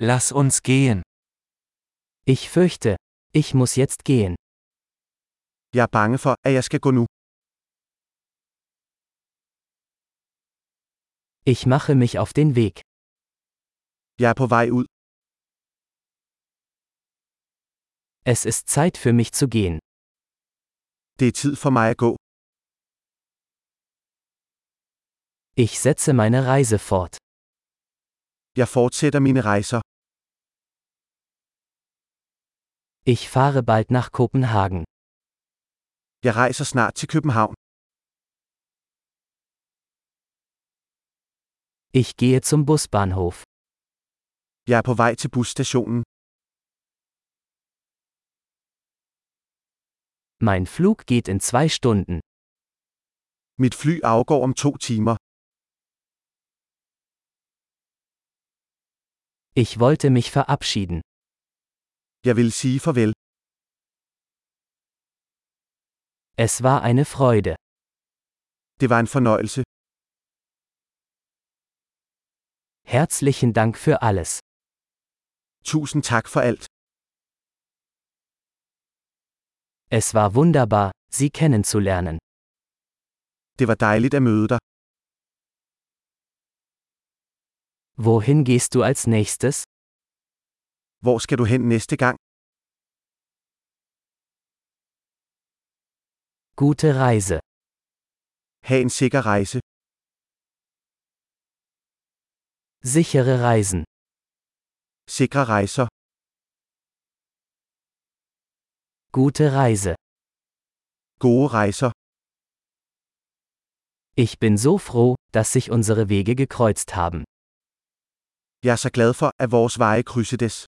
Lass uns gehen. Ich fürchte, ich muss jetzt gehen. Jeg er bange for, at jeg skal gå nu. Ich mache mich auf den Weg. Jeg er på vej ud. Es ist Zeit für mich zu gehen. Det er tid for mig at gå. Ich setze meine Reise fort. Jeg fortsætter mine rejser. Ich fahre bald nach Kopenhagen. Jeg rejser snart til København. Ich gehe zum Busbahnhof. Jeg er på vej til busstationen. Mein Flug geht in zwei Stunden. Mit fly afgår om to timer. Ich wollte mich verabschieden. Jeg vil sige farvel. Es war eine Freude. Det var en fornøjelse. Herzlichen Dank für alles. Tusind tak for alt. Es war wunderbar, Sie kennenzulernen. Det var dejligt at møde dig. Wohin gehst du als nächstes? Hvor skal du hen næste gang? Gute Reise. Ha' en sikker rejse. Sichere Reisen. Sikre rejser. Gute Reise. Gode rejser. Ich bin so froh, dass sich unsere Wege gekreuzt haben. Jeg er så glad for, at vores veje krydsedes.